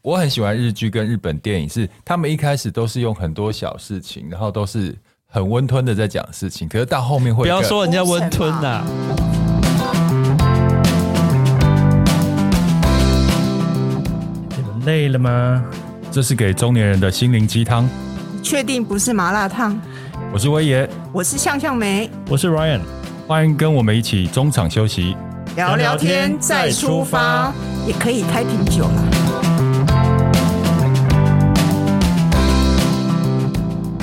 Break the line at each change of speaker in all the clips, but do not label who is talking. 我很喜欢日剧跟日本电影，是他们一开始都是用很多小事情，然后都是很温吞的在讲事情，可是到后面会
不
有一
要
个
说人家温吞呐、
你们累了吗？
这是给中年人的心灵鸡汤。
确定不是麻辣烫？
我是威爷，
我是向向梅，
我是 Ryan，
欢迎跟我们一起中场休息。
聊聊天再出发，也可以开瓶酒啦。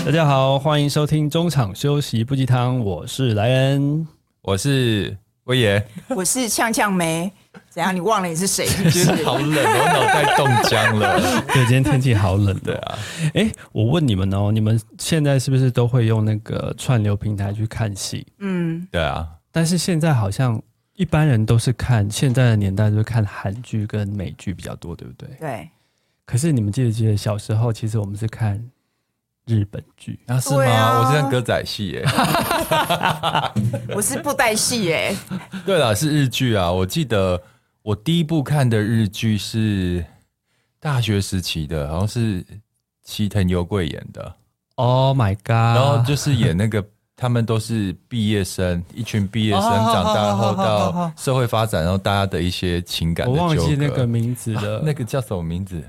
大家好，欢迎收听中场休息不鸡汤，我是莱恩。
我是威爷，
我是向向梅， 怎样？你忘了你是谁？ 是不
今天
是？
好冷，我脑袋冻僵 了。
对，今天天气好 冷、
对。啊，
哎，我问你们哦，你们现在是不是都会用那个串流平台去看戏？
嗯，
对啊，
但是现在好像一般人都是看现在的年代都是看韩剧跟美剧比较多，对不对？
对，
可是你们记得记得小时候，其实我们是看日本剧，
那是
对
吗？
啊
我是看歌仔戏耶。
我是布袋戏耶。
对了，是日剧啊。我记得我第一部看的日剧是大学时期的，好像是齐藤由贵演的，
Oh my god！
然后就是演那 个。他们都是毕业生，一群毕业生
哦
长大后
好好好好好
到社会发展，然后大家的一些情感
我
的
忘
纠
记
葛。
那个名字了，
那个叫什么名字？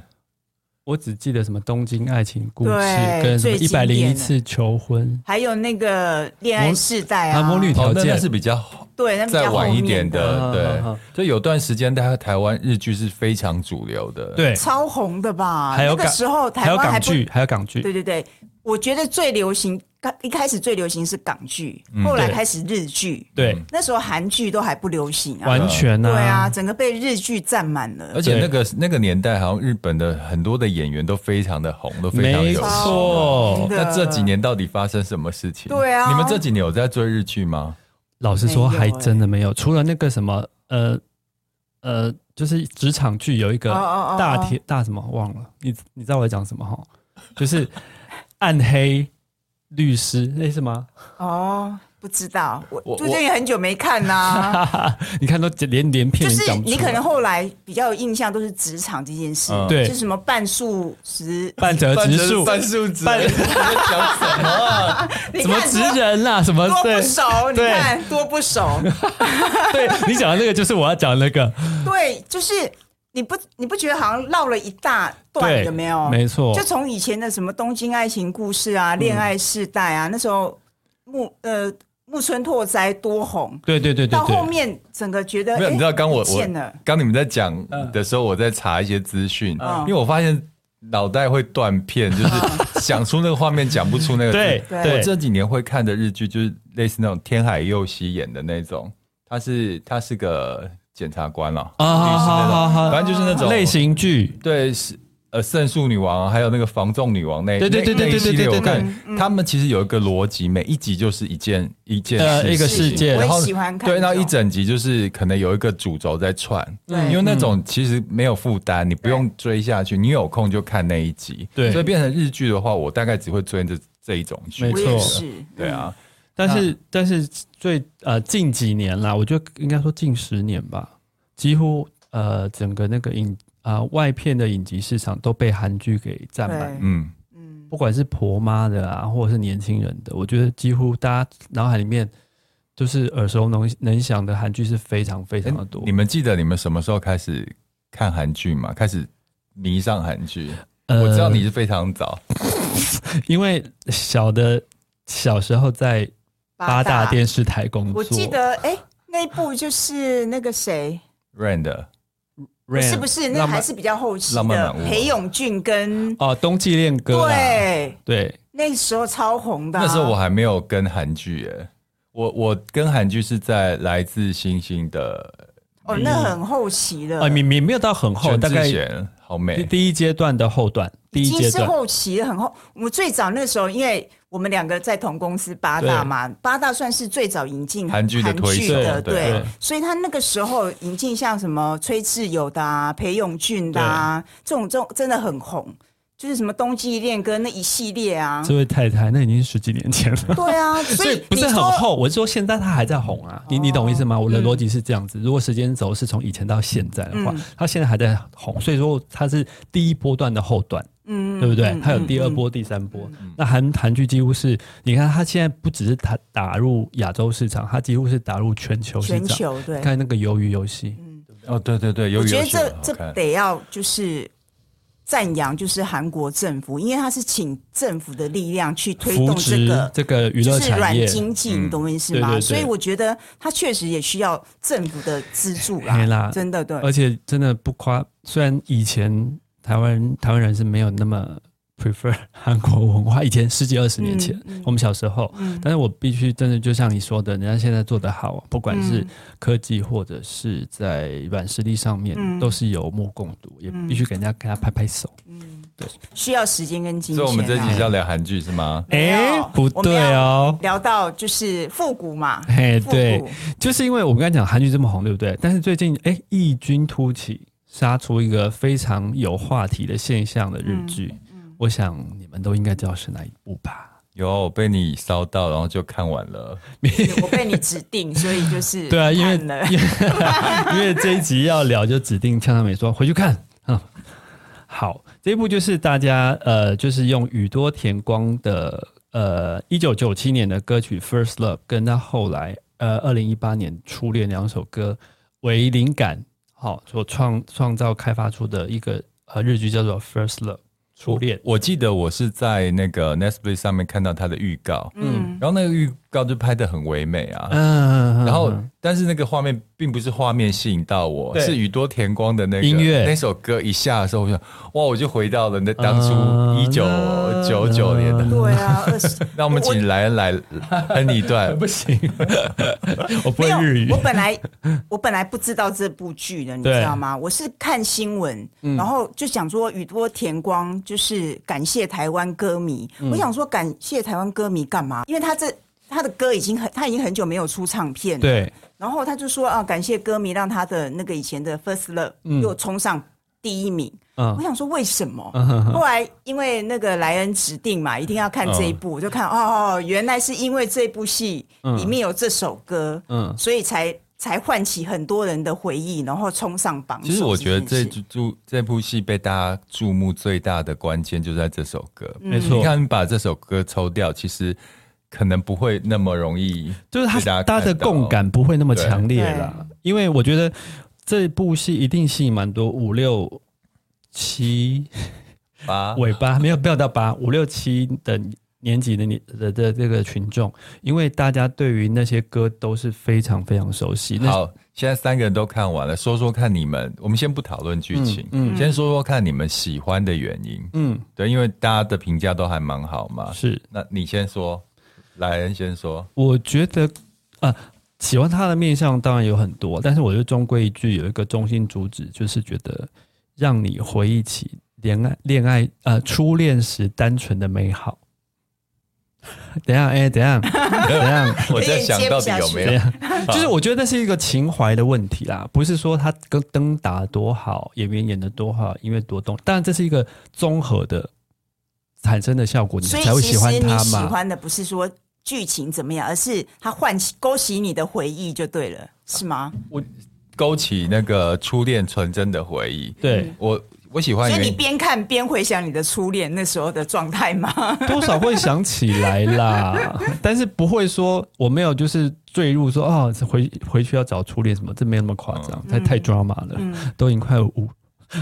我只记得什么《东京爱情故事》
对
跟什么
最
《一
经
百零一
典的
次求婚
还有那个恋爱世代啊，
啊魔女
哦
条，
那
件
那是比较
对，那比较
再晚一
后
点
面的，
的，
后面的
对
嗯嗯嗯。
所以有段时间，大家台湾日剧是非常主流的。》。，
对，
超红的吧？
还有
那个
港
时候
还
台
有
湾还
港
不
剧，还有港剧。
对对对，我觉得最流行，刚一开始最流行是港剧，后来
对
开始日剧，
对，
那时候韩剧都还不流行啊。
完全
对啊，，整个被日剧占满了
而。且
对
那个那个年代，好像日本的很多的演员都非常的红，都非常
没
有名。
错。
真的
那这几年到底发生什么事情？
对啊
你们这几年有在追日剧吗？
老实说，
没有欸
还真的没有，除了那个什么，呃呃，就是职场剧有一个
哦哦哦
大
哦
铁大什么忘了，你你知道我在讲什么哈？就是暗黑律师，那是吗？
哦，不知道，我
我
最近也很久没 看呐、
你看都连连
就
片
是
人讲不
你
出来
可能后来比较有印象都是职场这件事，
嗯
对
就是什么半数时，
半折直树，
半数值，
呃 半
你在讲什么啊？
你
什么
看
职
多
人啦、什么
多
对
不熟，你
对
看多不熟，
对，你讲的那个就是我要讲的那个，
对，就是你不你不觉得好像绕了一大段，
对，
有没有？
没错嗯
就，从以前的什么东京爱情故事啊、恋爱世代啊，那时候木呃木村拓哉多红，
对对对对
到后
对，
面整个觉得
没有，
诶
你知道刚我
不
我
见了
刚你们在讲的时候，我在查一些资讯，
嗯
因为我发现脑袋会断片，就是想出那个画面，讲不出那个字。
对
对
我
对，
这几年会看的日剧，就是类似那种天海佑希演的那种，他是他是个检察官了、
啊，好好好好，
反正就是那种
类，型剧，
对是。呃，圣树女王还有那个防仲女王那
对对对
那
对
那一
对
系列
对对
我看
对嗯
他们其实有一个逻辑，每一集就是一件一件
呃一个
事
事
情
件
我
然后
也喜欢看这
对，
种。
那一整集就是可能有一个主轴在串，
对
因为那种其实没有负担，你不用追下去，你有空就看那一集。
对
所以变成日剧的话，我大概只会追这这一种剧。
没
我
错
也是，
对啊，
但是
嗯
但是最呃近几年啦，我觉得应该说近十年吧，几乎呃整个那个影啊、外片的影集市场都被韩剧给占满
对，
嗯，
嗯，
不
嗯，
管是婆妈的啊，或者是年轻人的，我觉得几乎大家脑海里面就是耳熟能能详的韩剧是非常非常的
哎
多。
你们记得你们什么时候开始看韩剧吗？开始迷上韩剧？
呃
我知道你是非常早，
因为小的小时候在八大电视台工作，
我记得哎，那一部就是那个谁，
Rain 的哎
是不是？那
浪
个
漫
还是比较后期
浪漫
的
满屋，
裴勇俊跟
哦，《冬季恋歌》啦，
对，
对，
那时候超红的啊。
啊那时候我还没有跟韩剧耶，我我跟韩剧是在来自星星的
哦，那很后期了
哦
啊，，你你没有到很后，
全
大
智
概
贤，好
第
美，
第一阶段的后段，第
已
一
经
阶
是
段
后期了，很后。我们最早那时候，因为我们两个在同公司八大嘛，八大算是最早引进
韩剧的推手
的
对
对
对，
所以他那个时候引进像什么崔智友的啊、裴勇俊的啊，这种这种真的很红。就是什么冬季恋歌那一系列啊，
这位太太，那已经是十几年前了。
对啊，
所
所
以
以
不是
你
很
说哦
厚，我是说现在它还在红啊，你你懂我意思吗？我的逻辑是这样子，如果时间轴是从以前到现在的话
嗯，
它现在还在红，所以说它是第一波段的后段，
嗯
对不对？
嗯
它有第二
嗯
波、第三波。那韩韩剧几乎是，你看它现在不只是打打入亚洲市场，它几乎是打入全球
嗯
市
全
场。
球嗯对。
看那个鱿鱼游戏，
哦，对对对，有
我
有
觉得
有
这
好
这
看。
得要就是赞扬，就是韩国政府，因为他是请政府的力量去推
扶
动这
植
个。
这个娱
就
乐
是
产
软
业。
经济，
嗯
你懂我意思
对
吗？
对对
所以我觉得他确实也需要政府的资助
嘿
啦，
啦呃
真的对。
而且真的不夸，虽然以前台湾人台湾人是没有那么 prefer 韩国文化，以前十几二十年前、
嗯嗯
我们小时候，
嗯
但是我必须真的就像你说的，人家现在做得好，啊不管
嗯
是科技或者是在软实力上面，
嗯
都是有目共睹，也必须给人家给他拍拍手。
需要时间跟金
所以
钱啊。
我们这集是要聊韩剧是吗？
没有
诶哎不
我们
对
要
哦，
聊到就是复古嘛，
嘿，
复
对
古，
就是因为我们刚才讲韩剧这么红，对不对？但是最近哎异军突起，杀出一个非常有话题的现象的日剧，我想你们都应该知道是哪一部吧？
有，我被你烧到，然后就看完了。
我被你指定，所以就是
对啊，因为
看了
因为 因为这一集要聊，就指定呛到美说回去看。嗯，好，这一部就是大家呃，就是用宇多田光的呃一九九七年的歌曲《First Love》跟他后来呃二零一八年《初恋》两首歌为灵感，好、所创创造开发出的一个呃日剧叫做《First Love》初恋。
我记得我是在那个 Netflix 上面看到它的预告，嗯，然后那个预告就拍的很唯美啊，
嗯，
然后但是那个画面并不是画面吸引到我，
对
是宇多田光的那个
音乐
那首歌一下的时候，我就哇，我就回到了那当初
嗯
一九九九年的。
对 啊，二十
那我们请莱恩来哼一段
不行， 我不会
没有，
日语
我。本来我本来不知道这部剧的，你
对嗯
知道吗？我是看新闻，然后就想说宇多田光就是感谢台湾歌迷。
嗯
我想说感谢台湾歌迷干嘛？因为他这他的歌已经很他已经很久没有出唱片了，
对，
然后他就说啊，感谢歌迷让他的那个以前的 First Love 又冲上第一名。
嗯
我想说为什么？
嗯哼哼
后来因为那个莱恩指定嘛，一定要看这一
嗯
部，我就看哦，哦原来是因为这部戏里面有这首歌，
嗯
所以才才唤起很多人的回忆，然后冲上榜
其
首件事。
实我觉得这部这部戏被大家注目最大的关键就在这首歌。
没错
你看，把这首歌抽掉，其实可能不会那么容易
就是
被大家
他大家的
看到
共感不会那么强烈
对
啦，因为我觉得这部戏一定吸引蛮多五六七
吧。
尾巴， 没有不要到八五六七的年级的年的的这个群众，因为大家对于那些歌都是非常非常熟 悉。那，
好，现在三个人都看完了，说说看你们，我们先不讨论剧情，
嗯
先说说看你们喜欢的原因。
嗯，
对，因为大家的评价都还蛮好嘛。
是
那你先说，莱恩先说。
我觉得啊、喜欢他的面相当然有很多，但是我觉得终归一句有一个中心主旨，就是觉得让你回忆起恋爱恋爱呃初恋时单纯的美好。 等一下，哎、等一下， 等一下，
我在想到底有没有？
就是我觉得那是一个情怀的问题啦，不是说他跟灯打得多好，演员演的多好，音乐多动，当然这是一个综合的产生的效果，你
所以
才会
其
喜
实
欢
你
他
喜
嘛。
欢的不是说剧情怎么样，而是他唤起勾起你的回忆就对了，是吗？
勾起那个初恋纯真的回忆。
对，
我我喜欢
所以
原
你
因，
边看边回想你的初恋那时候的状态吗？
多少会想起来啦， 但是不会说我没有就是坠入说哦回回去要找初恋什么，这没有那么夸张，太太 drama 了，都已经快五，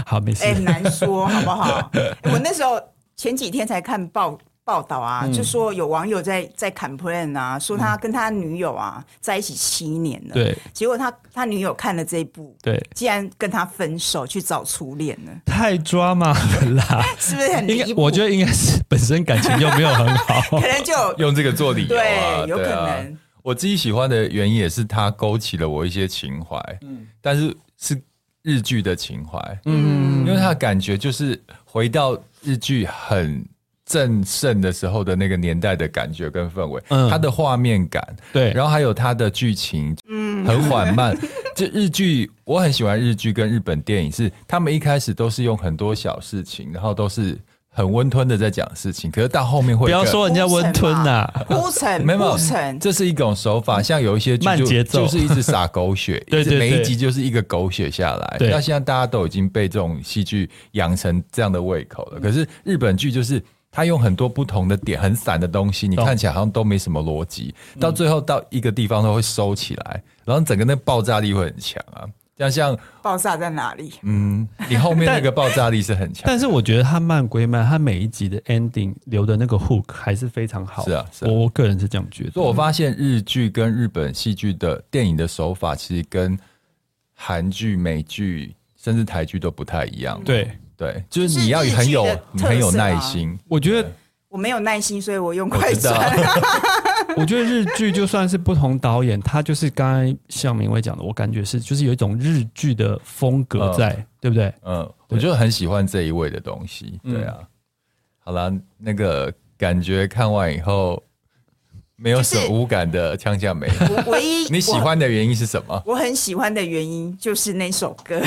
好没事
哎、，很 难说，好不好？哎我那时候前几天才看报报道啊，
嗯
就说有网友在在 complain 啊，说他跟他女友啊在一起七年了，，
对
结果他他女友看了这一部，
对，
竟然跟他分手去找初恋了，
太 drama 了啦，
是不是很
应
离
该
谱？
我觉得应该是本身感情就没有很好
可，能就有
用这个做理由啊，
对有可
对啊
能
我自己喜欢的原因也是它勾起了我一些情怀，
嗯
但是是日剧的情怀，
嗯
因为它的感觉就是回到日剧很正盛的时候的那个年代的感觉跟氛围，
嗯
它的画面感，
对，
然后还有它的剧情，很缓慢。这日剧我很喜欢日剧跟日本电影，是他们一开始都是用很多小事情，然后都是。很温吞的在讲事情，可是到后面会
不要
更
说人家温吞呐、
铺
啊
陈，
没有没有
铺陈，
这是一种手法，像有一些剧
嗯慢
就
节奏
就是一直撒狗血，
对
一直
对
每
对
一集就是一个狗血下来。
对
那现在大家都已经被这种戏剧养成这样的胃口
嗯
了，可是日本剧就是。他用很多不同的点，很散的东西，你
懂嗯
看起来好像都没什么逻辑，到最后到一个地方都会收起来，然后整个那爆炸力会很强啊。这样像，
爆炸在哪里？
嗯，你后面那个爆炸力是很强，
但是我觉得它慢归慢，它每一集的 ending 留的那个 hook 还是非常好。
是啊是啊
我我个人是这样觉
所以
得。
我发现日剧跟日本戏剧的电影的手法，其实跟韩剧、美剧甚至台剧都不太一样。
对，
对，就是你要很有
是日剧的
你很有
特色啊
耐心。
我觉得
我没有耐心，所以我用
我
快
知道
转。
我觉得日剧就算是不同导演，他就是刚才像明威讲的，我感觉是就是有一种日剧的风格在，对不对？
嗯，我就很喜欢这一位的东西。对啊，好啦，那个感觉看完以后没有
就是
手无感的枪下美，
我唯一
你喜欢的原因是什么？
我，我很喜欢的原因就是那首 歌。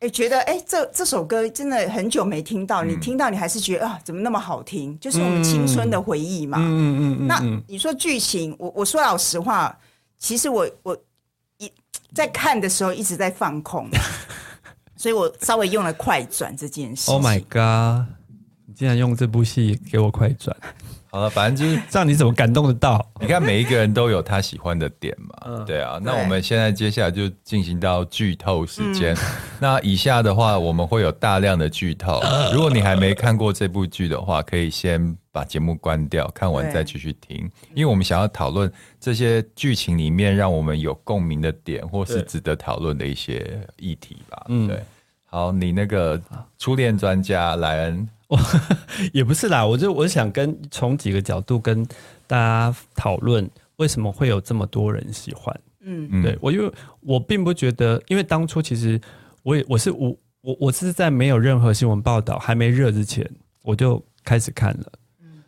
哎、觉得哎、这这首歌真的很久没听
嗯
到，你听到你还是觉得啊，怎么那么好听？就是我们青春的回忆嘛。
嗯嗯嗯
那
嗯嗯，
你说剧情，我我说老实话，其实我我一在看的时候一直在 放空，所以我稍微用了快转这件事情。
Oh my god！你竟然用这部戏给我快转，
好了，反正就是
这样你怎么感动得到？
你看每一个人都有他喜欢的点
嗯
嘛，对啊。那
对
我们现在接下来就进行到剧透时间。 那以下的话，我们会有大量的剧透。如果你还没看过这部剧的话，可以先把节目关掉，看完
对
再继续听，因为我们想要讨论这些剧情里面让我们有共鸣的点，或是
对
值得讨论的一些议题吧。
嗯
对。好，你那个初恋专家莱恩，
也不是啦，我就我想跟从几个角度跟大家讨论为什么会有这么多人喜欢。
嗯，
嗯
对我，因为我并不觉得，因为当初其实我也我是我我我是在没有任何新闻报道还没热之前，我就开始看了。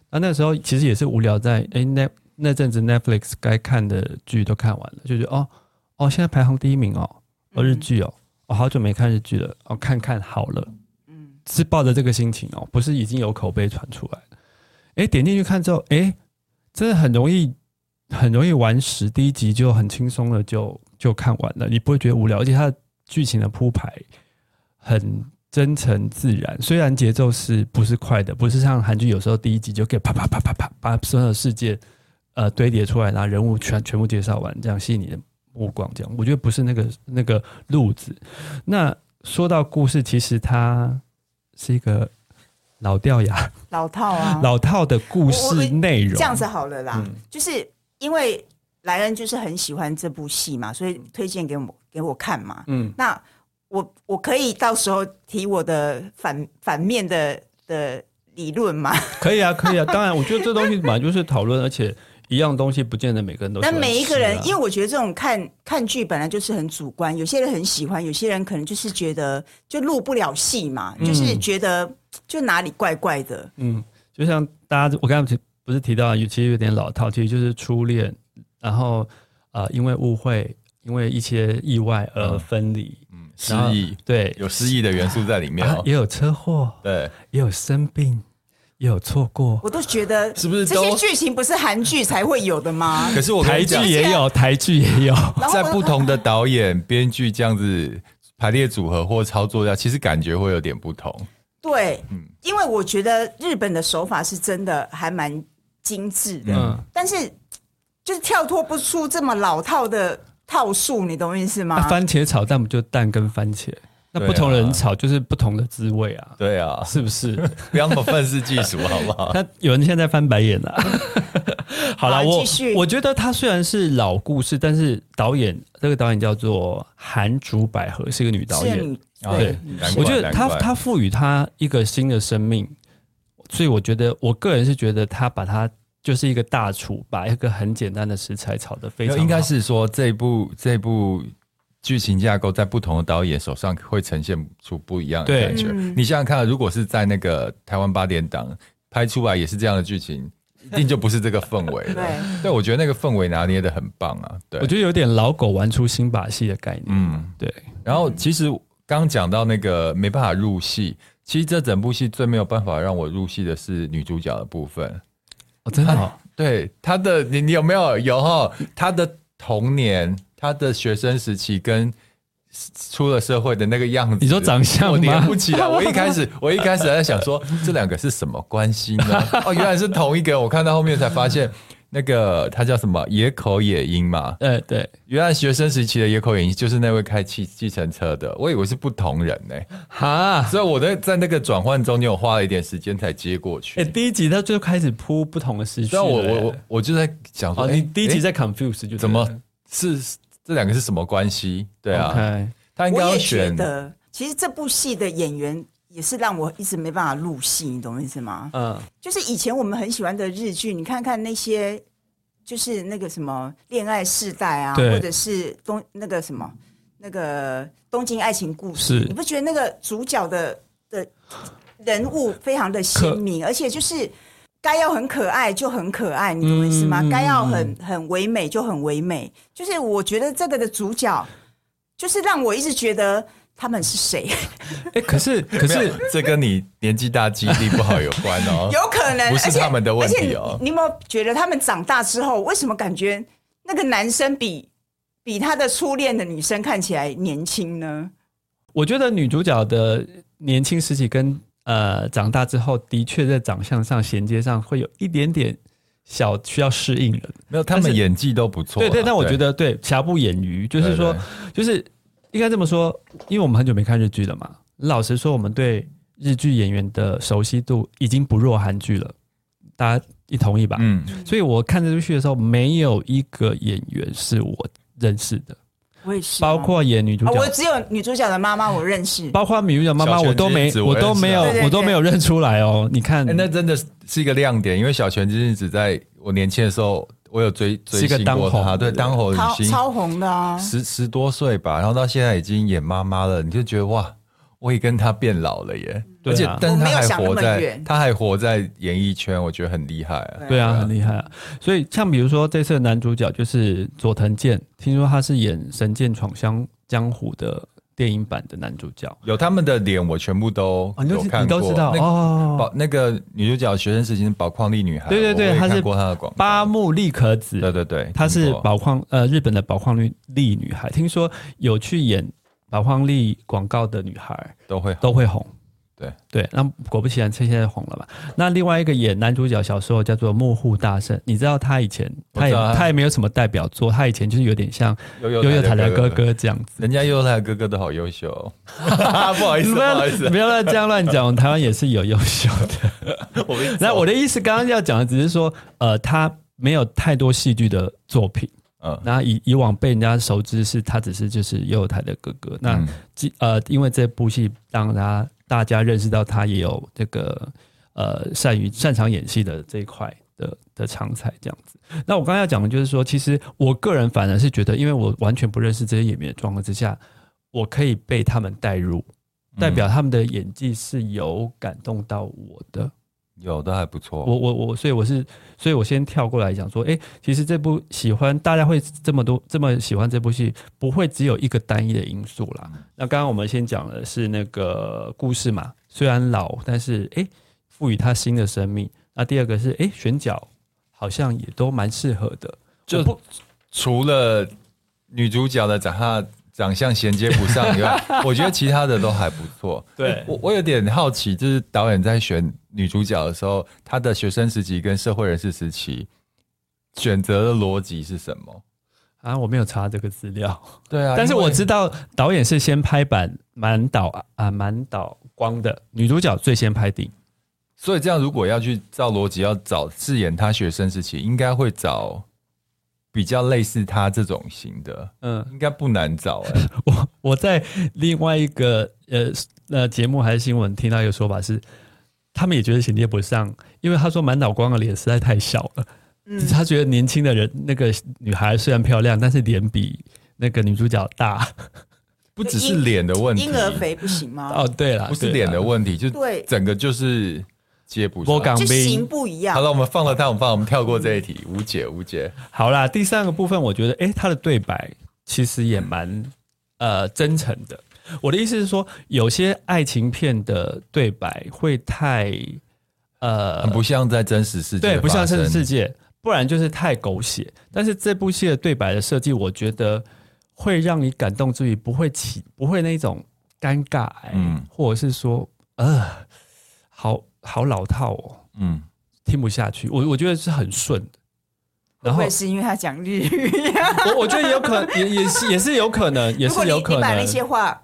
那那时候其实也是无聊在，诶哎那那阵子 Netflix 该看的剧都看完了，就觉得哦哦现在排行第一名哦，哦日剧哦，我、好久没看日剧了，哦看看好了。
嗯，
是抱着这个心情哦，不是已经有口碑传出来了。哎，点进去看之后，哎，真的很容易，很容易玩死，第一集就很轻松的就就看完了，你不会觉得无聊，而且它的剧情的铺排很真诚自然，虽然节奏是不是快的，不是像韩剧有时候第一集就可以啪啪啪啪啪把所有世界呃堆叠出来，然后人物全全部介绍完，这样吸引你的目光，这样我觉得不是那个那个路子。那说到故事，其实它是一个老掉牙、
老套啊，
老套的故事内容，
啊
这样子好了啦，
嗯
就是因为莱恩就是很喜欢这部戏嘛，所以推荐给我给我看嘛。
嗯
嗯，那我我可以到时候提我的反反面的的理论嘛？
可以啊，可以啊。当然，我觉得这东西本来就是讨论，而且一样东西不见得每个人都喜
但
欢
每一个
吃啊
人，因为我觉得这种看看剧本来就是很主观，有些人很喜欢，有些人可能就是觉得就录不了戏嘛，
嗯
就是觉得就哪里怪怪的。
嗯，就像大家，我刚才不是提到，其实有点老套，其实就是初恋，然后呃，因为误会，因为一些意外而分离，
嗯，失
然后
忆
对，
有失忆的元素在里面
啊
哦。
也有车祸，
对，
也有生病，也有错过，
我都觉得
是不是
这些
都
剧情不是韩剧才会有的吗？
可是我跟
台
你
剧
讲
也有，台剧也有，
然后
在
我
不同的导演、编剧这样子排列组合或操作下，其实感觉会有点不同。
对，
嗯
因为我觉得日本的手法是真的还蛮精致的，
嗯，
但是就是跳脱不出这么老套的套数，你懂我意思吗？
啊
那番茄炒蛋不就蛋跟番茄？那
对啊
不同人炒就是不同的滋味啊，
对啊，
是不是？
不要那么愤世嫉俗，好不好？
那有人现在翻白眼了、 好了，
好
我
继续
我觉得他虽然是老故事，但是导演这个导演叫做韩竹百合，是一个女导
是
演。
女
对
哎难怪
我觉得他
难怪
他赋予他一个新的生命，所以我觉得我个人是觉得他把他就是一个大厨，把一个很简单的食材炒得非
没有
常
应该
好
是说这部这部剧情架构在不同的导演手上会呈现出不一样的
对
感觉。
嗯
你想想看，如果是在那个台湾八点档拍出来也是这样的剧情，一定就不是这个氛围了。
对
对，我觉得那个氛围拿捏的很棒啊。对，
我觉得有点老狗玩出新把戏的概念。
嗯
嗯，对，
然后其实刚讲到那个没办法入戏，其实这整部戏最没有办法让我入戏的是女主角的部分。
哦，真的哦、
对她的，你你有没有有哈？她的童年，她的学生时期跟出了社会的那个样子，
你说长相吗
我连不起来。我一开始，我一开始还在想说这两个是什么关系呢？ 哦，原来是同一个人。我看到后面才发现，那个他叫什么野口野樱嘛。
呃，对，
原来学生时期的野口野樱就是那位开汽计程车的，我以为是不同人呢、
哈，
所以我在在那个转换中间，我花了一点时间才接过去。
哎、第一集他就开始铺不同的时序
所以啊我
了。
我我
哎
我就在想说，
哦，
哎
你第一集
哎
在 confuse 就对了
怎么是这两个是什么关系？对啊
OK
他应
我
该要
也觉
选
得，其实这部戏的演员也是让我一直没办法入戏，你懂我意思吗？
嗯，
就是以前我们很喜欢的日剧，你看看那些，就是那个什么《恋爱世代》啊，
对
或者是东那个什么那个《东京爱情故事》，
是
你不觉得那个主角的的人物非常的鲜明，而且就是。该要很可爱就很可爱，你懂我意思吗？
嗯
该要很很唯美就很唯美，就是我觉得这个的主角，就是让我一直觉得他们是谁，
哎、可是可
没
是
有这跟你年纪大、记忆力不好有关哦。
有可能
不是
而且
他们的问题哦
而且你你有没有觉得他们长大之后，为什么感觉那个男生比比他的初恋的女生看起来年轻呢？
我觉得女主角的年轻时期跟呃长大之后，的确在长相上衔接上会有一点点小需要适应的。
没有，他们演技都不错啊啦。
对对，但我觉得对瑕不掩瑜，就是说，就是应该这么说，因为我们很久没看日剧了嘛。老实说，我们对日剧演员的熟悉度已经不弱韩剧了，大家一同意吧？
嗯，
所以我看这部剧的时候，没有一个演员是我认识的，
我也是
包、括演女主
啊，
角
我只有女主角的妈妈我认识，
包括米云的妈妈，
小
我
泉
都
今
没
日子，
我
我
都
认识
没有
啊
对，对
我都没有认出来哦。你看
哎，，那真的是一个亮点，因为小泉今日子在我年轻的时候，我有追
是
追
一个
星过
当
她，
红
对，当红
超
女星，
超红的啊，
十十多岁吧，然后到现在已经演妈妈了，你就觉得哇，我也跟她变老了耶。
对
而
啊
且，但是
我没
她
有
还
想那
活
么
在
远，
她还活在演艺圈，我觉得很厉害啊。
对啊，很厉害啊。所以像比如说这次的男主角就是佐藤健，听说他是演《神剑闯江江湖》的电影版的男主角。
有他们的脸，我全部都
哦，你都
有
知
看
你
过。
都知道
那个
哦。
宝那个女主角学生时期是宝矿力女孩，
对对对
我也
她是
看过她的广告
八木利可子，
对对对，
她是
听过
宝矿
嗯
呃日本的宝矿力力女孩，听说有去演宝矿力广告的女孩
都会
都会红。
对
对，那果不其然，现在红了嘛。那另外一个演男主角小时候叫做木户大圣，你知道他以前
我
他也
知道他
他也没有什么代表作，他以前就是有点像
悠
悠悠台
台
的哥
哥，
哥这样 子。
人家悠悠台的哥哥都好优秀 哦，不好意思
你
不
不要
好意思
不，要乱这样乱讲，我们台湾也是有优秀 的。
我们
那我的意思，刚刚要讲的只是说，呃，他没有太多戏剧的作品。
嗯
那以以往被人家熟知是他只是就是悠悠台的哥哥。那、
嗯
既呃，因为这部戏让他大家认识到他也有这个呃善于擅长演戏的这一块的的长才这样子。那我刚才要讲的就是说，其实我个人反而是觉得，因为我完全不认识这些演员的状况之下，我可以被他们带入，
嗯
代表他们的演技是有感动到我的。
有的还不错，
我我我，所以我是，所以我先跳过来讲说，哎、其实这部喜欢大家会这么多这么喜欢这部戏，不会只有一个单一的因素啦。
嗯
那刚刚我们先讲的是那个故事嘛，虽然老，但是哎，诶赋、予它新的生命。那第二个是哎、诶选角好像也都蛮适合的，
就
我不
除了女主角的长她长相衔接不上以外， 我觉得其他的都还不错。
对
我我有点好奇，就是导演在选女主角的时候，她的学生时期跟社会人士时期选择的逻辑是什么？
啊，我没有查这个资料，
对啊
但是
因为
我知道导演是先拍版满岛啊满岛光的，女主角最先拍定。
所以这样如果要去照逻辑，要找饰演她学生时期，应该会找比较类似她这种型的，
嗯，
应该不难找、欸。
我我在另外一个呃呃节目还是新闻听到一个说法是，他们也觉得衔接不上，因为他说满脑光的脸实在太小了，
嗯
他觉得年轻的人那个女孩虽然漂亮，但是脸比那个女主角大。
不只是脸的问题
婴，儿肥不行吗？
哦，对了，
不是脸的问题，就
对
整个就是接不
我港
上。
就型
兵。
不一
好
样。
了，我们放了它，我们放，我们跳过这一题，无解无解。
好啦，第三个部分我觉得，哎、他的对白其实也蛮呃真诚的。我的意思是说，有些爱情片的对白会太呃
很不像在真实世界，
对，不像真实世。界，不然就是太狗血。但是这部戏的对白的设计，我觉得会让你感动之余，不会起，不会那种尴尬、欸，
嗯
或者是说，呃，好好老套哦，
嗯，
听不下去。我我觉得是很顺的。
会
然
不
后
会是因为他讲日语？
我我觉得也有可能，也也是也是有可能，也
如果
是
你
有可
你把那
能。
些话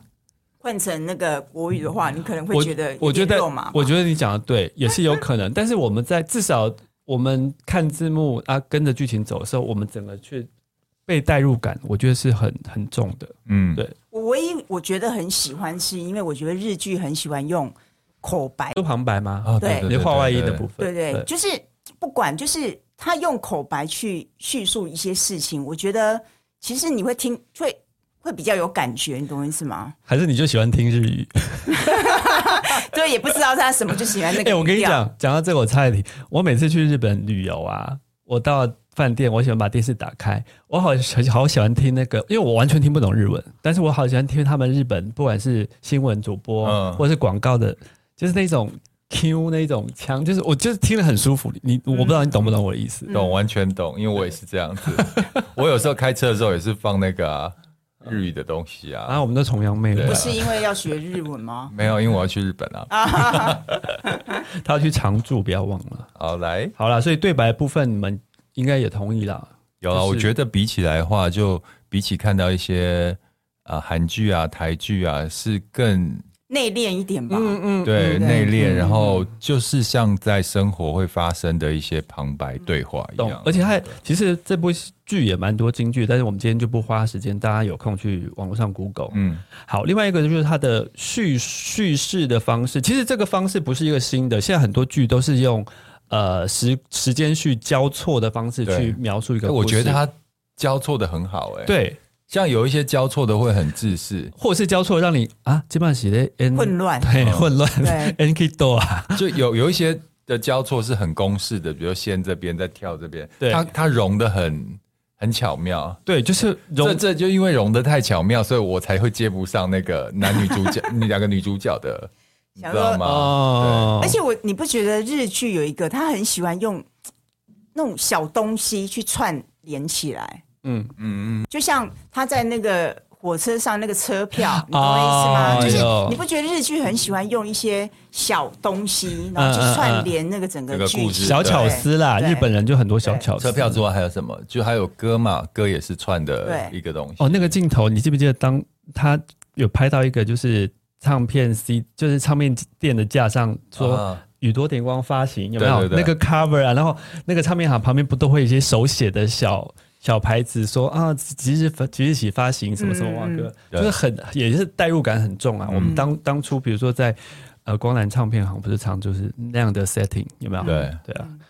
换成那个国语的话，你可能会
我
嗯觉得
我觉得
肉麻吧。
我觉得你讲的对，也是有可能。但是我们在至少我们看字幕啊，跟着剧情走的时候，我们整个去被代入感，我觉得是很很重的。
嗯，
对
我唯一我觉得很喜欢，是因为我觉得日剧很喜欢用口白，
都旁白吗？
啊，
对
对对，
你画外衣的部
不？
分，
对对，就是不管就是他用口白去叙述一些事情，我觉得其实你会听会会比较有感觉，你懂我意思吗？
还是你就喜欢听日语？
对，也不知道他什么就喜欢那
哎、
个。
我跟你，讲，讲到这个我差一点，我每次去日本旅游啊，我到饭店，我喜欢把电视打开，我好好喜欢听那个，因为我完全听不懂日文，但是我好喜欢听他们日本不管是新闻主播、
嗯
或是广告的，就是那种 Q 那种腔，就是我就是听了很舒服。你我不知道你懂不懂我的意思？
懂，完全懂，因为我也是这样子。 我有时候开车的时候也是放那个啊日语的东西
然后
啊，
我们都崇洋媚外
对
不
啊，
是因为要学日文吗？
没有，因为我要去日本啊。
他要去常住，不要忘了。
好，来，
好啦，所以对白的部分你们应该也同意啦。
有啊，
就是
我觉得比起来的话，就比起看到一些啊韩剧啊、台剧啊，是更
内敛一点吧。
嗯
对
嗯
内敛，
嗯
然后就是像在生活会发生的一些旁白对话一
懂
样，。
而且它其实这部剧也蛮多京剧，但是我们今天就不花时间，大家有空去网络上 Google。
嗯，
好，另外一个就是它的叙叙事的方式，其实这个方式不是一个新的，现在很多剧都是用呃时时间序交错的方式
对
去描述一个
哎
故事。
我觉得它交错的很好，哎，，
对，
像有一些交错的会很自私，
或者是交错让你啊，这半写的 N
混乱
对混乱
对
N K 多啊，
就有有一些的交错是很公式的，比如先这边再跳这边，
对
它它融的很很巧妙。
对，就是
这
融
这就因为融的太巧妙，所以我才会接不上那个男女主角、 你两个女主角的，你
想
知道
说
吗？
哦，
而且我你不觉得日剧有一个他很喜欢用那种小东西去串联起来？
嗯
嗯嗯，
就像他在那个火车上那个车票，你懂我意思吗？
哦
就是
哎呦
你不觉得日剧很喜欢用一些小东西，然后去串联那个整
这个
个
故
剧
事
情？
小巧思啦，
对
日本人就很多小
对
巧思。
车票之外还有什么？就还有歌嘛，歌也是串的
对
一个东西。
哦，那个镜头，你记不记得当他有拍到一个就是唱片 C，就是唱片店的架上说
啊
宇多田光发行有没有
对对对
那个 cover 啊？然后那个唱片行旁边不都会有一些手写的小小牌子说啊即日发即日起发行什么什么哇
嗯嗯
歌，
对嗯
就是很也是代入感很重啊。我们当当初比如说在呃光南唱片行不是常就是那样的 setting 有没有？
对
对啊。
嗯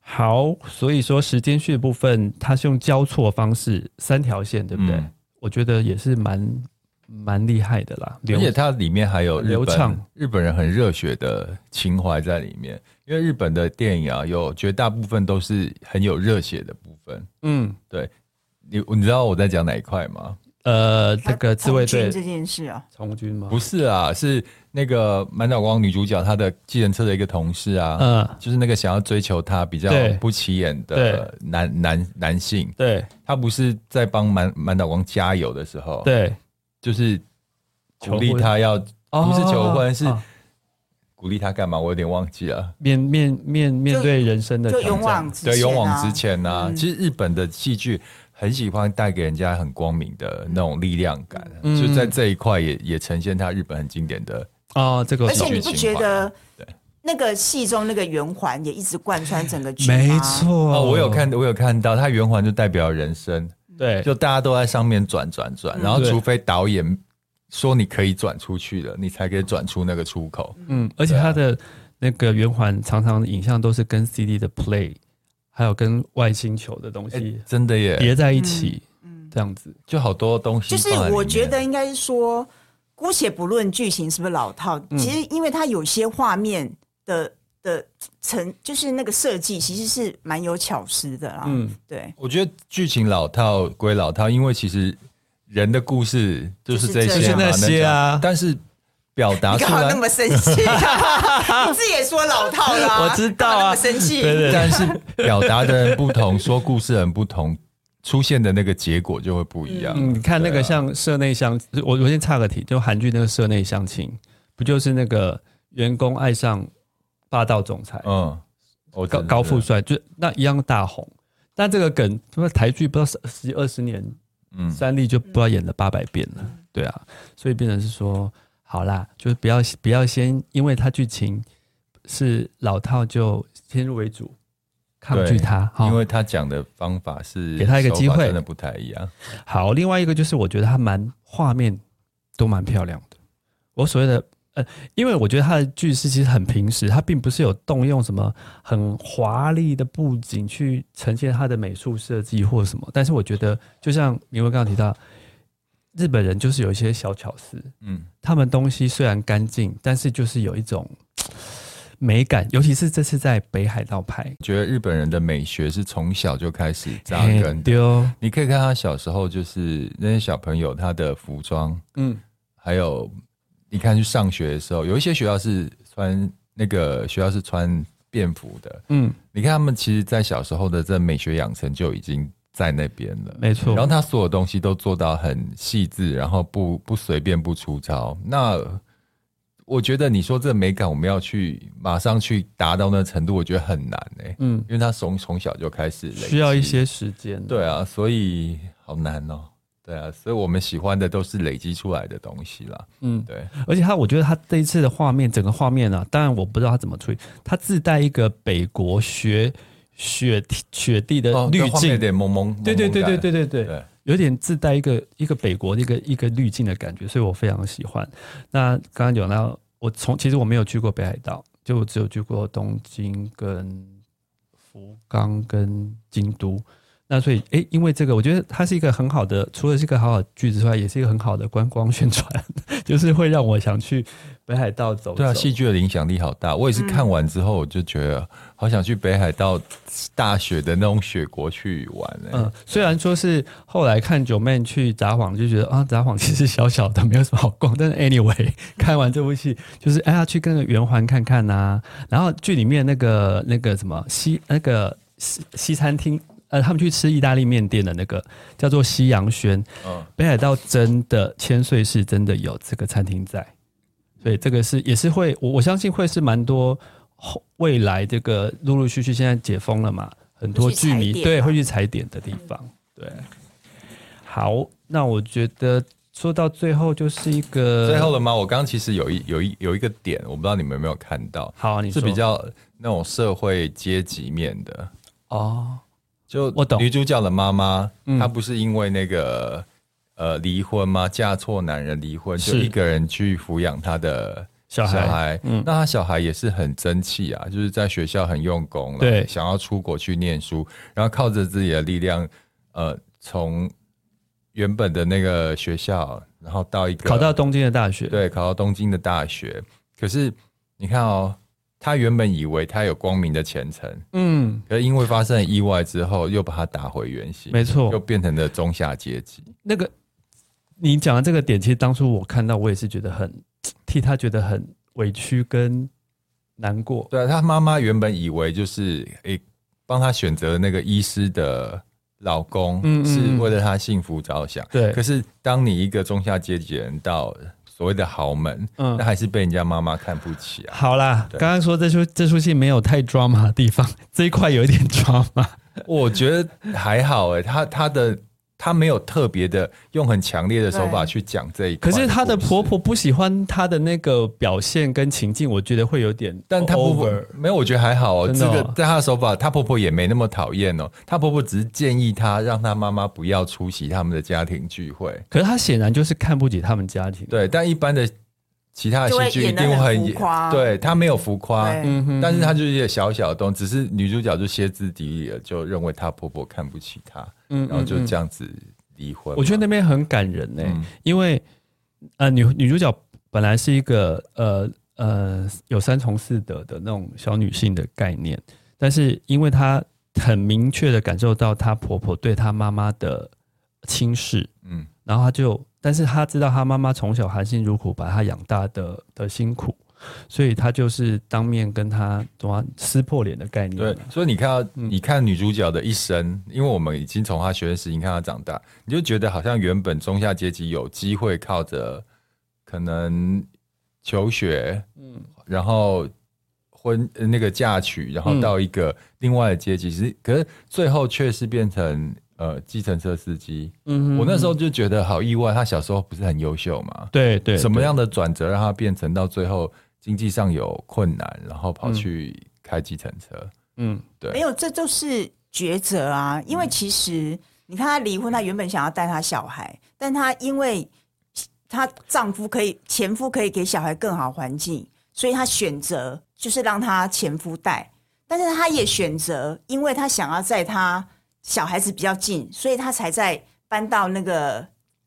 好，所以说时间序的部分，它是用交错方式，三条线，对不对？
嗯
我觉得也是蛮蛮厉害的啦。
而
流
且它里面还有日
流畅
本日本人很热血的情怀在里面，因为日本的电影啊，有绝大部分都是很有热血的部分。
嗯
对你，你知道我在讲哪一块吗？
呃，这个自卫
同
队
居这件事啊，
从军吗？
不是啊，是那个满岛光女主角她的计程车的一个同事啊，
嗯，
就是那个想要追求她比较
对
不起眼的男男男性，
对
他不是在帮满满岛光加油的时候，，
对，
就是鼓
求
励
婚
他要不是求婚是
哦
鼓励他干嘛？我有点忘记了。
面面面面对人生的
就
挑
勇
战
往直前、啊，
对，勇往直前呐、
嗯
其实日本的戏剧很喜欢带给人家很光明的那种力量感，啊
嗯
就在这一块也也呈现他日本很经典的。
哦，这个
而且
懂
你不觉得
对
那个戏中那个圆环也一直贯穿整个剧吗？
没错、
哦，我有，看，我有看到，它圆环就代表人生，
嗯
对，
就大家都在上面转转转，然后
嗯对
除非导演说你可以转出去了，你才可以转出那个出口。
嗯，而且它的那个圆环常常影像都是跟 CD 的 play，还有跟外星球的东
哎、
西
真的耶，
叠在一起，
嗯
这样子。
就好多东西
就
放
是
在里面。
我觉得应该是说，姑且不论剧情是不是老套，
嗯
其实因为它有些画面的的成，就是那个设计其实是蛮有巧思的啦。
嗯
对，
我觉得剧情老套归老套，因为其实人的故事就是
就
这
是这
些嘛，能
样
就是那些啊
讲但是表达
你
出
干嘛
来
那，么生气、 啊？你自己也说老套啦、
我知道啊
干嘛那么生气。
对对
但是表达的人不同，说故事的人不同，出现的那个结果就会不一样。
嗯，你看那
对
个
啊
像社内相，我我先岔个题，就韩剧那个社内相亲，不就是那个员工爱上霸道总裁，
嗯，我
高高富帅，就那一样大红。但这个梗，他妈台剧不知道十几二十年，
嗯
三立就不知道演了八百遍了，对啊，所以变成是说，好啦，就是不要不要先，因为它剧情是老套，就先入为主，抗
对
拒它。哈
因为他讲的方法是
给他一个机会
手法真的不太一样。
好，另外一个就是我觉得它蛮画面都蛮漂亮的。我所谓的呃，因为我觉得它的句式其实很平实，它并不是有动用什么很华丽的布景去呈现它的美术设计或什么。但是我觉得，就像明文刚刚提到，日本人就是有一些小巧思，
嗯，
他们东西虽然干净，但是就是有一种美感，尤其是这次在北海道拍，
觉得日本人的美学是从小就开始扎根的。
丢，
你可以看他小时候，就是那些小朋友他的服装，
嗯，
还有你看去上学的时候，有一些学校是穿那个学校是穿便服的。
嗯，
你看他们其实，在小时候的这美学养成就已经在那边了。
没错。
然后他所有东西都做到很细致，然后不不随便不粗糙。那我觉得你说这美感，我们要去马上去达到那程度，我觉得很难哎、
嗯，
因为他从从小就开始累积
需要一些时间。
对啊，所以好难哦。对啊，所以我们喜欢的都是累积出来的东西啦。
嗯，
对，
而且他，我觉得他这一次的画面，整个画面啊，当然我不知道他怎么处理，他自带一个北国雪雪地雪地的
哦
滤
那画面有
镜，
点蒙蒙，
对对对对对
对
对对，
对，
有点自带一个一个北国的一个一个滤镜的感觉，所以我非常喜欢。那刚刚讲到，我从其实我没有去过北海道，就我只有去过东京跟福冈跟京都。那所以，诶，因为这个，我觉得它是一个很好的，除了是一个好好的句子之外，也是一个很好的观光宣传， 就是会让我想去北海道走走。
对啊，戏剧的影响力好大。我也是看完之后，我就觉得好想去北海道大雪的那种雪国去玩哎、
嗯，虽然说是后来看九妹去札幌就觉得啊，札幌其实小小的，没有什么好逛。但是 anyway，看 完这部戏就是哎呀，去跟个圆环看看呐、然后剧里面那个那个什么西那个西西餐厅，呃，他们去吃意大利面店的那个叫做西洋轩，
嗯
北海道真的千岁市真的有这个餐厅在，所以这个是也是会我我相信会是蛮多后未来这个陆陆续续现在解封了嘛，很多
去
剧
踩
迷
点
对
嘛
会去踩点的地方。
嗯
对，好，那我觉得说到最后就是一个
最后了吗？我刚刚其实有一有一有一个点，我不知道你们有没有看到，
好、你
是
说
比较那种社会阶级面的。
哦，
就
我懂
女主角的妈妈，她不是因为那个呃离婚吗？嫁错男人离婚，就是一个人去抚养她的
小孩嗯
那她小孩也是很争气啊，就是在学校很用功，
对
然后想要出国去念书，然后靠着自己的力量，呃，从原本的那个学校，然后到一个
考到东京的大学，
对，考到东京的大学。可是你看哦，他原本以为他有光明的前程，
嗯，
可是因为发生了意外之后，又把他打回原形，
没错
又变成了中下阶级。
那个你讲的这个点，其实当初我看到，我也是觉得很替他觉得很委屈跟难过。
对啊，他妈妈原本以为就是诶，帮他选择那个医师的老公，
嗯嗯
是
嗯
为了他幸福着想。
对
可是当你一个中下阶级人到所谓的豪门，
嗯
那还是被人家妈妈看不起啊。
好啦，
对
刚刚说这出这出戏没有太 drama 的地方， 这一块有一点 drama。
我觉得还好哎、他他的他没有特别的用很强烈的手法
对
去讲这一块
可
故事，
是她的婆婆不喜欢她的那个表现跟情境，我觉得会有点 over，
但她婆婆没有，我觉得还好哦。
真
这
的哦
个在她的手法，她婆婆也没那么讨厌哦。她婆婆只是建议她让她妈妈不要出席他们的家庭聚会，
可是她显然就是看不起他们家庭。
对。但一般的其他的
就会
戏剧一
演得
定会
很
很
浮夸
对她没有浮夸，
对
嗯哼
但是她就是一个小小的东西，只是女主角就歇斯底里了，就认为她婆婆看不起她，
嗯
然后就
嗯嗯
这样子离婚嘛。
嗯我觉得那边很感人呢、
嗯
因为呃，女女主角本来是一个呃呃有三从四德的那种小女性的概念，但是因为她很明确的感受到她婆婆对她妈妈的轻视，
嗯，
然后他就，但是他知道他妈妈从小含辛茹苦把他养大的的辛苦，所以他就是当面跟他怎么撕破脸的概念
对嗯
嘛，，
所以你看到，你看女主角的一生，因为我们已经从她学生时期看她长大，你就觉得好像原本中下阶级有机会靠着可能求学，嗯，然后婚呃那个嫁娶，然后到一个另外的阶级，是、可是最后却是变成呃计程车司机。
嗯
我那时候就觉得好意外，她小时候不是很优秀嘛，
对对
什么
对
样的转折让她变成到最后经济上有困难，然后跑去开计程车？
嗯
对
没有，这就是抉择啊。因为其实你看，她离婚，她原本想要带她小孩，但她因为她丈夫可以，前夫可以给小孩更好环境，所以她选择就是让她前夫带。但是她也选择，因为她想要在她小孩子比较近，所以她才在搬到那个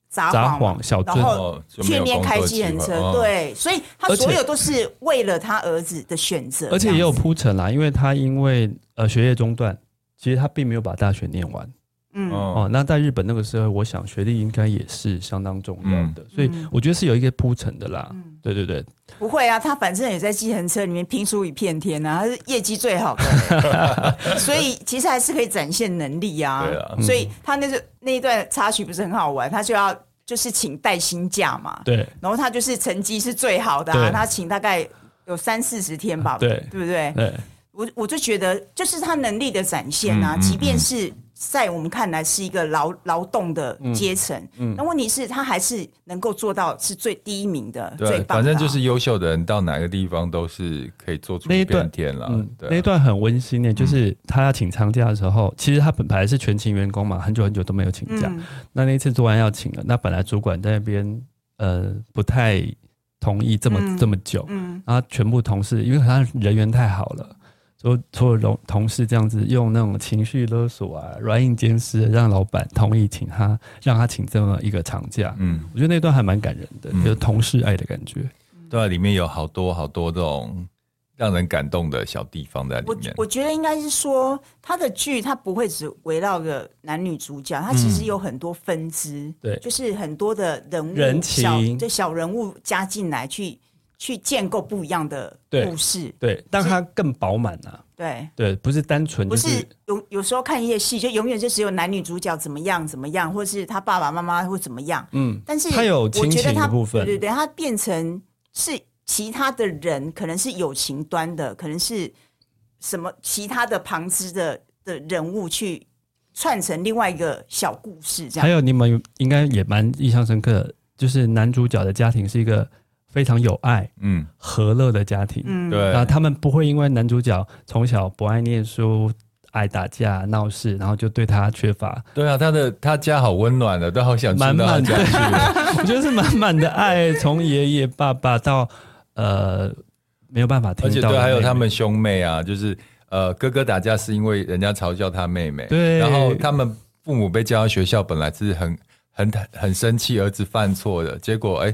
札
札
幌嘛
幌小
然
镇
后
哦，就没
去
有
面
工
开
作
机
机
人
会
车，
哦，
对，所以她
而且
所有都是为了她儿子的选择，
而且也有
这样子
铺陈啦，因为他因为呃学业中断，其实他并没有把大学念完
嗯
哦
哦，。
那在日本那个时候，我想学历应该也是相当重要
嗯
的，所以我觉得是有一个铺陈的啦。
嗯
对对对，
不会啊，他反正也在计程车里面拼出一片天啊，他是业绩最好 的，所以其实还是可以展现能力啊。
对啊
所以他那就那一段插曲不是很好玩，他就要就是请带薪假嘛，
对
然后他就是成绩是最好的、
对
啊，他请大概有三四十天吧，
对
对不对？
对，
啊
我我就觉得就是他能力的展现啊，
嗯嗯
即便是在我们看来是一个劳劳动的阶层，
嗯
那、问题是他还是能够做到是最第一名的，最
对，
棒的啊、
反正就是优秀的人到哪个地方都是可以做出
那一
一
段
片天了
嗯，。那
对
一
啊，嗯
段很温馨的，就是他要请长假的时候，其实他本来是全勤员工嘛，很久很久都没有请假。
嗯
那那一次做完要请了，那本来主管在那边呃不太同意这么、
嗯
这么久，
嗯
然后全部同事因为他人缘太好了，所以所有同同事这样子用那种情绪勒索啊、软硬兼施，让老板同意请他，让他请这么一个长假。
嗯，
我觉得那段还蛮感人的，
嗯
就是同事爱的感觉。
对啊，里面有好多好多这种让人感动的小地方在里
我
面。
我觉得应该是说，他的剧它不会只围绕着男女主角，它其实有很多分支，
嗯对
就是很多的人物
人
小
情
这小人物加进来去去建构不一样的
对
故事，
对，让他更饱满啊。
对。
对，不是单纯
不
就是
有有时候看一些戏，就永远就只有男女主角怎么样怎么样，或是他爸爸妈妈会怎么样。
嗯，
但是
他有亲
我觉得
情
他
的部分
对对对，他变成是其他的人，可能是友情端的，可能是什么其他的旁支的的人物去串成另外一个小故事，这
还
样
有你们有应该也蛮印象深刻的，就是男主角的家庭是一个非常有爱、
嗯，
和乐的家庭。
嗯
对
然后他们不会因为男主角从小不爱念书、爱打架、闹事，然后就对他缺乏
对啊，他的他家好温暖啊的，都好想知道
满
他
满
家
的，我觉得是满满的爱，从爷爷、爸爸到呃没有办法听
而且
到的妹妹，
对，还有他们兄妹啊，就是呃，哥哥打架是因为人家嘲笑他妹妹，
对
然后他们父母被叫到学校，本来是很很很生气儿子犯错的，结果哎。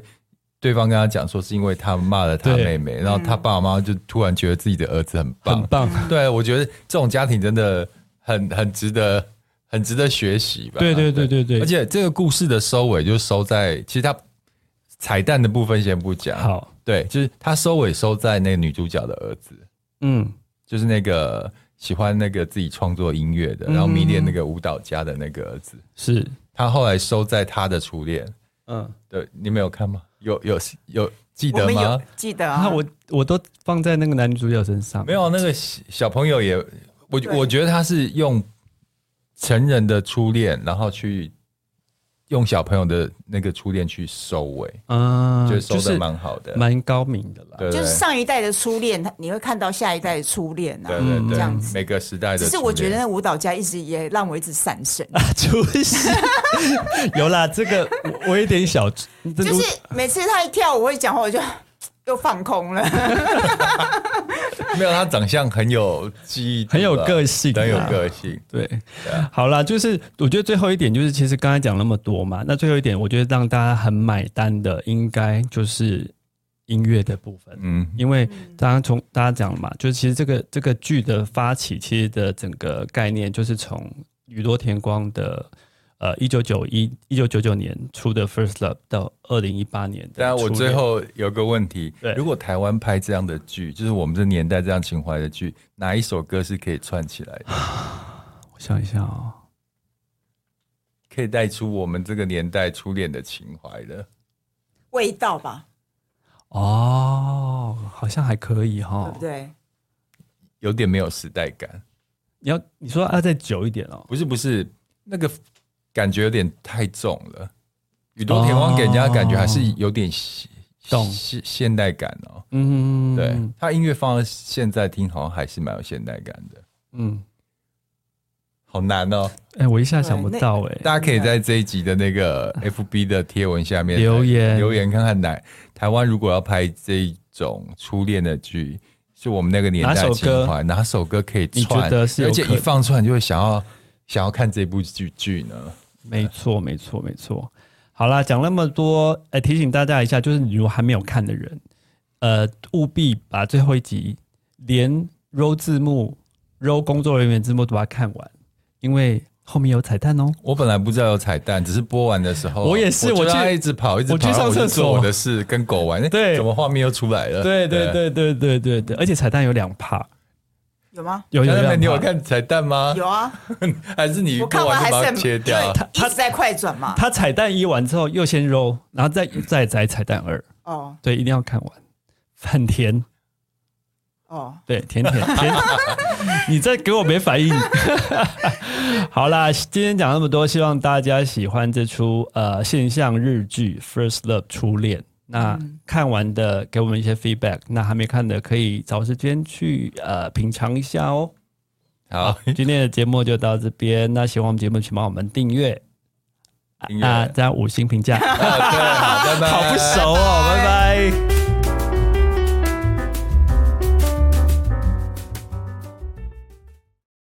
对方跟他讲说，是因为他骂了他
对
妹妹，然后他爸爸妈妈就突然觉得自己的儿子很棒
很，棒。
对，我觉得这种家庭真的很很值得，很值得学习吧。
对对对对对
而且这个故事的收尾就收在，其实它彩蛋的部分先不讲。，
好，
对，就是它收尾收在那个女主角的儿子，
嗯，
就是那个喜欢那个自己创作音乐的，
嗯
然后迷恋那个舞蹈家的那个儿子。
是，
他后来收在他的初恋，
嗯，
对你没有看吗？有有有记
我
得
们
吗
有？记得啊，
那我我都放在那个男主角身上，
没有，啊那个小小朋友也，我
对
我觉得他是用成人的初恋，然后去用小朋友的那个初恋去收尾，
嗯，
觉得
就
收
是
的蛮好的，
蛮高明的啦。
对
就
对
是上一代的初恋，他你会看到下一代的初恋啊，
对对
这
对
样子，。
每个时代的初
只
恋。
是我觉得那舞蹈家一直也让我一直闪神，
出 戏啊有啦，这个我我有点小，就
就是每次他一跳舞会讲话，我就又放空了。
没有他长相很有记忆，
很有个，性，啊
很有。个性。啊
对，好啦，就是我觉得最后一点就是，其实刚才讲那么多嘛，那最后一点，我觉得让大家很买单的，应该就是音乐的部分。
嗯，
因为刚刚从大家讲了嘛，就是其实这个这个剧的发起，其实的整个概念就是从宇多田光的呃一九九一一九九九年出的《First Love》到二零一八年的初恋。
但啊我最后有个问题
对：
如果台湾拍这样的剧，就是我们这年代这样情怀的剧，哪一首歌是可以串起来的，
我想一下哦，
可以带出我们这个年代初恋的情怀的？
味道吧，
哦，好像还可以
哦
哈、
对不对？
有点没有时代感。
你要你说要再久一点哦，
不是不是，那个感觉有点太重了。宇多田光给人家的感觉还是有点现
哦懂
现现代感哦。
嗯，
对，他音乐放到现在听，好像还是蛮有现代感的。
嗯，
好难哦，
哎、我一下想不到哎、
大家可以在这一集的那个 FB 的贴文下面
留言
留言看看哪台湾如果要拍这种初恋的剧，是我们那个年代
哪首歌
情怀，哪首歌可以
你
串？
觉得是有
而且
可
一放出来你就会想要想要看这部剧剧呢？
没错，没错，没错。好啦，讲那么多，哎、提醒大家一下，就是你如果还没有看的人，呃，务必把最后一集连 roll 字幕、roll 工作人员字幕都把它看完，因为后面有彩蛋哦。
我本来不知道有彩蛋，只是播完的时候，
我也是
我
我
就
去
要一直跑，一直跑，
我去上
然后就
厕所
做我的事，跟狗玩。
对
怎么画面又出来了？
对对对对对对对，而且彩蛋有两趴，
有吗？
有有
小亮妹
两
你有
趴。
看彩蛋吗？
有啊，
还是你播
我看完
呃就
还
把它
剩
切掉？
对，一直在快转嘛。
他彩蛋一完之后又先 roll，然后再再再彩蛋二，
哦
对，一定要看完，很甜。
哦，
对，甜甜甜， 你这给我没反应。 好啦，今天讲那么多，希望大家喜欢这出呃现象日剧《First Love》初恋。那看完的给我们一些 feedback，那还没看的可以找时间去呃品尝一下哦。
好，
今天的节目就到这边，那喜欢我们节目，请帮我们订阅
音乐，
啊，加五星评价。
对，好，拜拜，
好不熟哦，拜拜。